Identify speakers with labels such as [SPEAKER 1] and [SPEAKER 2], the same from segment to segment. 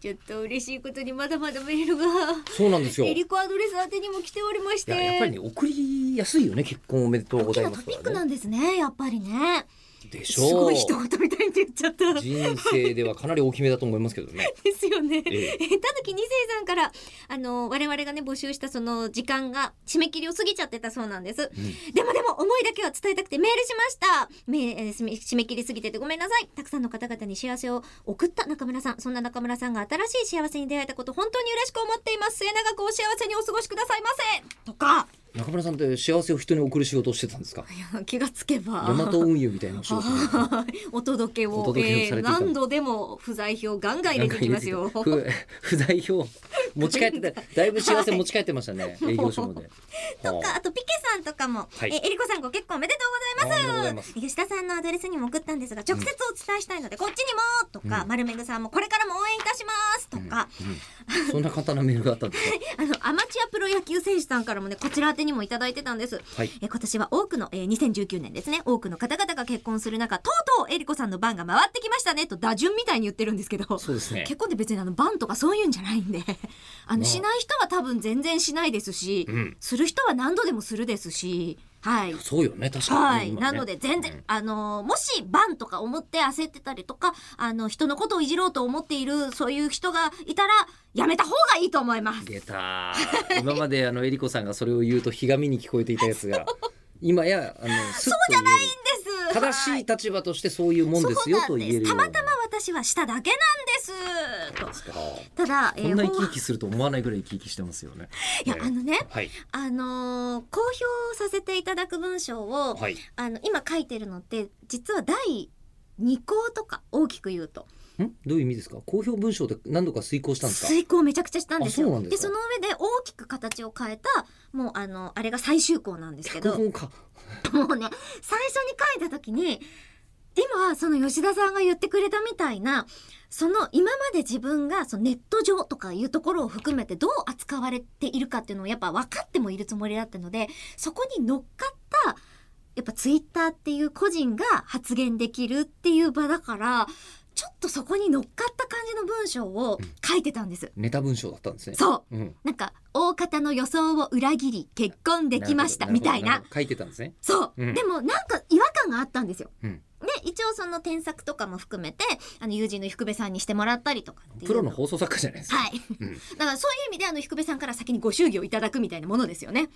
[SPEAKER 1] ちょっと嬉しいことにまだまだメールが
[SPEAKER 2] そうなんですよ。
[SPEAKER 1] エ
[SPEAKER 2] い
[SPEAKER 1] リコアドレス宛てにも来ておりまして
[SPEAKER 2] や、やっぱりね、送りやすいよね、結婚おめでとうご
[SPEAKER 1] 大き
[SPEAKER 2] ざい
[SPEAKER 1] な
[SPEAKER 2] ま
[SPEAKER 1] ト
[SPEAKER 2] すか
[SPEAKER 1] ピックな
[SPEAKER 2] ら
[SPEAKER 1] ん
[SPEAKER 2] ね。
[SPEAKER 1] ですねやっぱりね
[SPEAKER 2] ですしょう。
[SPEAKER 1] ごい一言みたいに言っちゃった
[SPEAKER 2] 人生ではかなり大きめだと思いますけどね。
[SPEAKER 1] ですよね。え
[SPEAKER 2] え
[SPEAKER 1] たぬき二世さんから、あの、我々がね、募集したその時間が締め切りを過ぎちゃってたそうなんです。でもでも、思いだけは伝えたくてメールしました。めえー締め締め切り過ぎててごめんなさい。たくさんの方々に幸せを送った中村さん。そんな中村さんが新しい幸せに出会えたこと、本当に嬉しく思っています。末永くお幸せにお過ごしくださいませ。とか、
[SPEAKER 2] 中村さんって幸せを人に送る仕事をしてたんですか
[SPEAKER 1] いや気がつけば。
[SPEAKER 2] ヤマト運輸みたいな仕事で。
[SPEAKER 1] はいお届けを
[SPEAKER 2] お届けを
[SPEAKER 1] え
[SPEAKER 2] さ
[SPEAKER 1] ー
[SPEAKER 2] れていた
[SPEAKER 1] 何度でも不在票ガン ガン入れてきますよ。
[SPEAKER 2] ふ 不在票持ち帰ってた。だいぶ幸せ持ち帰ってましたね。営業所ま で。
[SPEAKER 1] と
[SPEAKER 2] は
[SPEAKER 1] か、
[SPEAKER 2] あ
[SPEAKER 1] あとピケさんとかも、
[SPEAKER 2] はい
[SPEAKER 1] ええりこさんご結婚おめでとうござい
[SPEAKER 2] おめでとうござい
[SPEAKER 1] ま
[SPEAKER 2] ますす
[SPEAKER 1] 吉田さんのアドレスにも送ったんですが、直接お伝えしたいので、こっちにもとか、丸めぐさんもこれからも応援いたしますとか、
[SPEAKER 2] そんな簡単なメールがあったんですか
[SPEAKER 1] あの、アマチュアプロ野球選手さんからもね、こちら宛てにもいただいてたんです。
[SPEAKER 2] はい
[SPEAKER 1] え今年は多くの、えー2019年ですね、多くの方々が結婚する中、とうとうえりこさんの番が回ってきましたね、と打順みたいに言ってるんですけど。
[SPEAKER 2] そうですね
[SPEAKER 1] 結婚って別にあの、番とかそういうんじゃないんで、あの、しない人は多分全然しないですし、
[SPEAKER 2] ん
[SPEAKER 1] する人は何度でもするですし、はい。
[SPEAKER 2] そうよね、確か
[SPEAKER 1] は
[SPEAKER 2] に
[SPEAKER 1] い。
[SPEAKER 2] ね。今
[SPEAKER 1] な
[SPEAKER 2] ね
[SPEAKER 1] ので、全然、
[SPEAKER 2] うん
[SPEAKER 1] あの、もし、バンとか思って焦ってたりとか、あの、人のことをいじろうと思っている、そういう人がいたら、やめた方がいいと思います。
[SPEAKER 2] 出た。今まであの、えりこさんがそれを言うと、ひがみに聞こえていたやつが、今や、あの、そうじゃない
[SPEAKER 1] です。
[SPEAKER 2] 正しい立場としてそういうもんですよと言えるよう
[SPEAKER 1] そう
[SPEAKER 2] な
[SPEAKER 1] なんですたまたま私はしただけなんです。とただ、え
[SPEAKER 2] こん
[SPEAKER 1] ー
[SPEAKER 2] な生
[SPEAKER 1] ほ
[SPEAKER 2] き
[SPEAKER 1] ん
[SPEAKER 2] 生きすると思わないぐらい生き生きしてますよね。
[SPEAKER 1] いや、あのね、
[SPEAKER 2] はい。
[SPEAKER 1] あのー公表させていただく文章を、
[SPEAKER 2] はい
[SPEAKER 1] あの、今書いてるのって、実は第2項とか、大きく言うと。
[SPEAKER 2] んどういう意味ですか公表文章で何度か遂行したんですか
[SPEAKER 1] 遂行めちゃくちゃしたんですよ。
[SPEAKER 2] あそうなんですか
[SPEAKER 1] その上で大きく形を変えた、もうあの、あれが最終項なんですけど、
[SPEAKER 2] 脚
[SPEAKER 1] も
[SPEAKER 2] 本か。
[SPEAKER 1] うね、最初に書いた時に、今、その吉田さんが言ってくれたみたいな、その今まで自分がそのネット上とかいうところを含めてどう扱われているかっていうのをやっぱ分かってもいるつもりだったので、そこに乗っかった、やっぱツイッターっていう個人が発言できるっていう場だから、ちょっとそこに乗っかった感じの文章を書いてたんです。
[SPEAKER 2] ネタ文章だったんですね。
[SPEAKER 1] そう
[SPEAKER 2] うん。
[SPEAKER 1] なんか、大方の予想を裏切り、結婚できました、
[SPEAKER 2] る
[SPEAKER 1] み
[SPEAKER 2] ほど
[SPEAKER 1] たい
[SPEAKER 2] る
[SPEAKER 1] な
[SPEAKER 2] ほ。ど書いてたんですね。
[SPEAKER 1] そう、
[SPEAKER 2] うん
[SPEAKER 1] でも、なんか違和感があったんですよ。
[SPEAKER 2] うん。
[SPEAKER 1] で、一応その添削とかも含めて、あの、友人の福部さんにしてもらったりとかっていう。
[SPEAKER 2] プロの放送作家じゃないですか。
[SPEAKER 1] はい。だから、そういう意味で、あの、福部さんから先にご祝儀をいただくみたいなものですよね。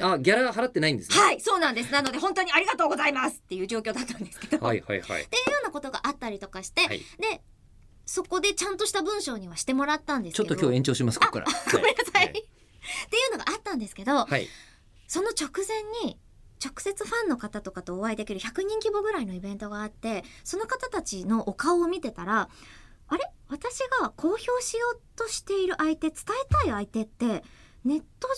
[SPEAKER 2] あ、ギャラ払ってないんですね。
[SPEAKER 1] はい、そうなんです。なので、本当にありがとうございますっていう状況だったんですけど。
[SPEAKER 2] はいはいはい。
[SPEAKER 1] っていうようなことがあったりとかして、
[SPEAKER 2] はい
[SPEAKER 1] で、そこでちゃんとした文章にはしてもらったんです
[SPEAKER 2] ち
[SPEAKER 1] け
[SPEAKER 2] ょっ
[SPEAKER 1] ど。
[SPEAKER 2] と今日延長します、ここから。
[SPEAKER 1] ごめんなさい。っ
[SPEAKER 2] は
[SPEAKER 1] ていうのがあったんですけど、
[SPEAKER 2] はい。
[SPEAKER 1] その直前に、直接ファンの方とかとお会いできる100人規模ぐらいのイベントがあって、その方たちのお顔を見てたら、あれ私が公表しようとしている相手、伝えたい相手って、ネット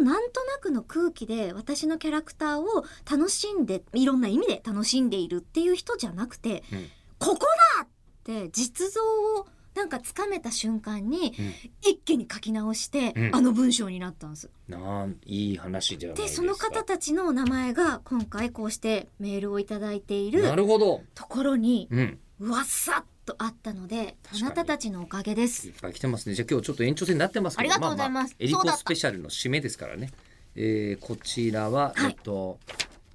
[SPEAKER 1] 上のなんとなくの空気で私のキャラクターを楽しんで、いろんな意味で楽しんでいるっていう人じゃなくて、
[SPEAKER 2] うん
[SPEAKER 1] ここだって実像をなんかつかめた瞬間に、
[SPEAKER 2] うん
[SPEAKER 1] 一気に書き直して、
[SPEAKER 2] うん
[SPEAKER 1] あの文章になったんです。
[SPEAKER 2] なん、いい話じゃない
[SPEAKER 1] で
[SPEAKER 2] ですか。
[SPEAKER 1] その方たちのお名前が今回こうしてメールをいただいてい
[SPEAKER 2] な
[SPEAKER 1] る
[SPEAKER 2] るほど。
[SPEAKER 1] ところに
[SPEAKER 2] うん。
[SPEAKER 1] うわっさっとあったので
[SPEAKER 2] 確か
[SPEAKER 1] あ
[SPEAKER 2] に
[SPEAKER 1] なたたちのおかげで
[SPEAKER 2] い
[SPEAKER 1] す
[SPEAKER 2] っぱい来てますね。じゃあ今日ちょっと延長戦になってますけど、
[SPEAKER 1] ありがとうございます
[SPEAKER 2] エリ
[SPEAKER 1] そう
[SPEAKER 2] コ
[SPEAKER 1] だった
[SPEAKER 2] スペシャルの締めですからね。えー、こちらは、
[SPEAKER 1] はい
[SPEAKER 2] えっと、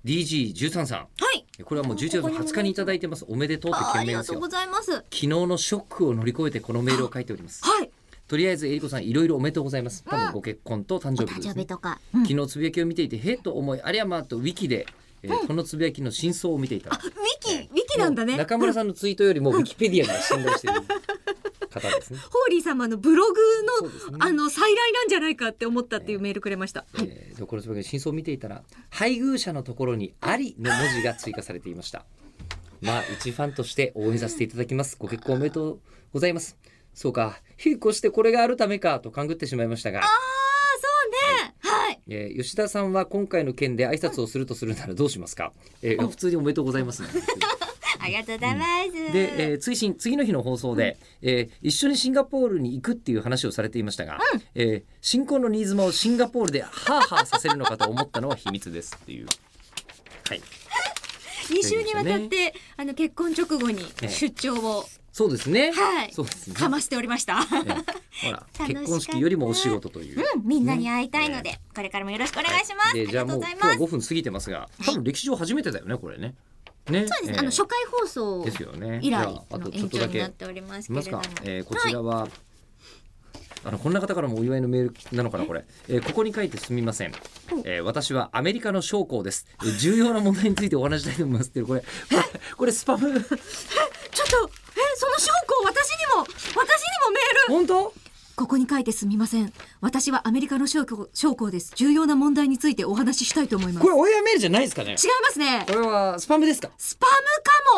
[SPEAKER 2] DG13 さ
[SPEAKER 1] はい
[SPEAKER 2] ん。これはもう11月の20日にいただいてます。おめでとうって
[SPEAKER 1] あーあ
[SPEAKER 2] 件
[SPEAKER 1] り
[SPEAKER 2] 名
[SPEAKER 1] が
[SPEAKER 2] です
[SPEAKER 1] とう
[SPEAKER 2] よ。
[SPEAKER 1] ご
[SPEAKER 2] 昨
[SPEAKER 1] ざいますは
[SPEAKER 2] 日のショックを乗り越えてこのメールを書いております。
[SPEAKER 1] い
[SPEAKER 2] とりあえずエリコさんいろいろおめでとうございます。多分ご結婚と誕
[SPEAKER 1] お
[SPEAKER 2] 生日
[SPEAKER 1] 誕
[SPEAKER 2] です、
[SPEAKER 1] 生
[SPEAKER 2] ね
[SPEAKER 1] 日とか、うん
[SPEAKER 2] 昨日つぶやきを見ていて、へえと思い、ありゃまあとウィキで、えーこのつぶやきの真相を見ていた。
[SPEAKER 1] ウィキウィキなんだね
[SPEAKER 2] も
[SPEAKER 1] ホ
[SPEAKER 2] う中村さんのツイートよりもウィキペディアが信頼している方ですね。
[SPEAKER 1] ーリー様のブログ
[SPEAKER 2] そ
[SPEAKER 1] の
[SPEAKER 2] うですね
[SPEAKER 1] あの再来なんじゃないかって思ったっていうメールくれました、 はい
[SPEAKER 2] えー、ところつばきの真相を見ていたら配偶者のところに「あり」の文字が追加されていましたまあ一ファンとして応援させていただきますご結婚おめでとうございますそうか引っ越してこれがあるためかと勘ぐってしまいましたが、
[SPEAKER 1] あそうねはい
[SPEAKER 2] えー吉田さんは今回の件で挨拶をするとするならどうしますか、えー普通におめでとうございますね、
[SPEAKER 1] ありがとうございます
[SPEAKER 2] で、えー追伸次の日の放送で、えー一緒にシンガポールに行くっていう話をされていましたが、えー新婚の新妻をシンガポールでハーハーさせるのかと思ったのは秘密ですっていう。はい、
[SPEAKER 1] 2週にわたって、あの結婚直後に出張を
[SPEAKER 2] そうですね。
[SPEAKER 1] はい
[SPEAKER 2] そうですね。
[SPEAKER 1] かましておりました。
[SPEAKER 2] ええほ ら
[SPEAKER 1] た
[SPEAKER 2] 結婚式よりもお仕事という。
[SPEAKER 1] うん、みんなに会いたいので、これからもよろしくお願いします。あ
[SPEAKER 2] で
[SPEAKER 1] り
[SPEAKER 2] じゃあ
[SPEAKER 1] がとうご
[SPEAKER 2] もう
[SPEAKER 1] ざい
[SPEAKER 2] 今
[SPEAKER 1] ま
[SPEAKER 2] 日は
[SPEAKER 1] す。
[SPEAKER 2] 5分過ぎてますが、多分歴史上初めてだよねこれね。
[SPEAKER 1] そうで
[SPEAKER 2] ね。
[SPEAKER 1] すね、
[SPEAKER 2] ええ
[SPEAKER 1] あの初回放送
[SPEAKER 2] ですよね。
[SPEAKER 1] 以来
[SPEAKER 2] じゃああ
[SPEAKER 1] の
[SPEAKER 2] とちょ
[SPEAKER 1] 延
[SPEAKER 2] っと
[SPEAKER 1] 長
[SPEAKER 2] だ
[SPEAKER 1] になっ
[SPEAKER 2] け。
[SPEAKER 1] ております
[SPEAKER 2] い
[SPEAKER 1] け
[SPEAKER 2] ま
[SPEAKER 1] れ
[SPEAKER 2] す
[SPEAKER 1] ども
[SPEAKER 2] か。。えーこちらは、あのこんな方からもお祝いのメールなのかなこれ、えーここに書いてすみません、えー私はアメリカの将校です、えー重要な問題についてお話したいと思いますっていうこれこれこれスパム
[SPEAKER 1] ちょっと、え、その証拠を私にも、私にもメール。
[SPEAKER 2] 本当
[SPEAKER 1] ここに書いてすみません。私はアメリカの将校、将校です。重要な問題についてお話ししたいと思いま
[SPEAKER 2] これお祝いメールじゃないですかね
[SPEAKER 1] 違いますね
[SPEAKER 2] こ。れはスパムですか
[SPEAKER 1] スパ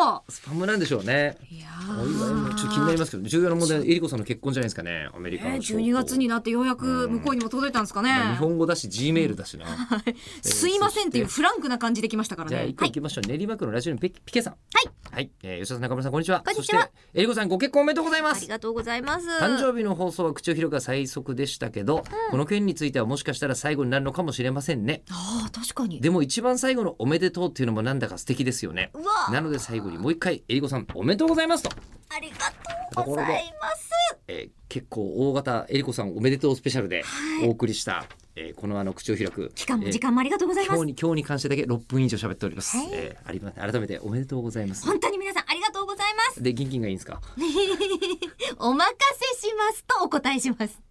[SPEAKER 1] ムかも。
[SPEAKER 2] スパムなんでしょうね
[SPEAKER 1] いや
[SPEAKER 2] お祝いもちょっと気になりますけど重要な問題えりこさんの結婚じゃないですかねアメリカの将校
[SPEAKER 1] 12月になってようやく向こうにも届いたんですかね。
[SPEAKER 2] まあ日本語だし G メールだしな、えー
[SPEAKER 1] すいませんっていう
[SPEAKER 2] そし
[SPEAKER 1] フランクな感じできましたから
[SPEAKER 2] じ
[SPEAKER 1] ね。
[SPEAKER 2] ゃあ
[SPEAKER 1] は
[SPEAKER 2] 一個行
[SPEAKER 1] い。
[SPEAKER 2] きましょう、練馬区のラジオのピピケさん
[SPEAKER 1] はい
[SPEAKER 2] はい、えー吉田さん中村さんこんにちは
[SPEAKER 1] こんにちは
[SPEAKER 2] そしてえりこさんご結婚おめでとうございま
[SPEAKER 1] あり
[SPEAKER 2] す
[SPEAKER 1] がとうございます。
[SPEAKER 2] 誕生日の放送は口を開くが最速でしたけど、この件についてはもしかしたら最後になるのかもしれませんね
[SPEAKER 1] ああ、確かに。
[SPEAKER 2] でも一番最後のおめでとうっていうのもなんだか素敵ですよね
[SPEAKER 1] うわ
[SPEAKER 2] なので最後にもう一回えりこさんおめでとうございますと
[SPEAKER 1] ありがとうございます。
[SPEAKER 2] えー結構大型えりこさんおめでとうスペシャルでお送りした、えーこのあの口を開く
[SPEAKER 1] 期間
[SPEAKER 2] え
[SPEAKER 1] も
[SPEAKER 2] ー
[SPEAKER 1] 時間もありがとうございま
[SPEAKER 2] 今
[SPEAKER 1] す。
[SPEAKER 2] 日に今日に関してだけ6分以上喋っております、
[SPEAKER 1] はい
[SPEAKER 2] えーありま改めておめでとうございます
[SPEAKER 1] 本当に皆さんありが とうございます。
[SPEAKER 2] で現金がいいんですか
[SPEAKER 1] お任せしますとお答えします。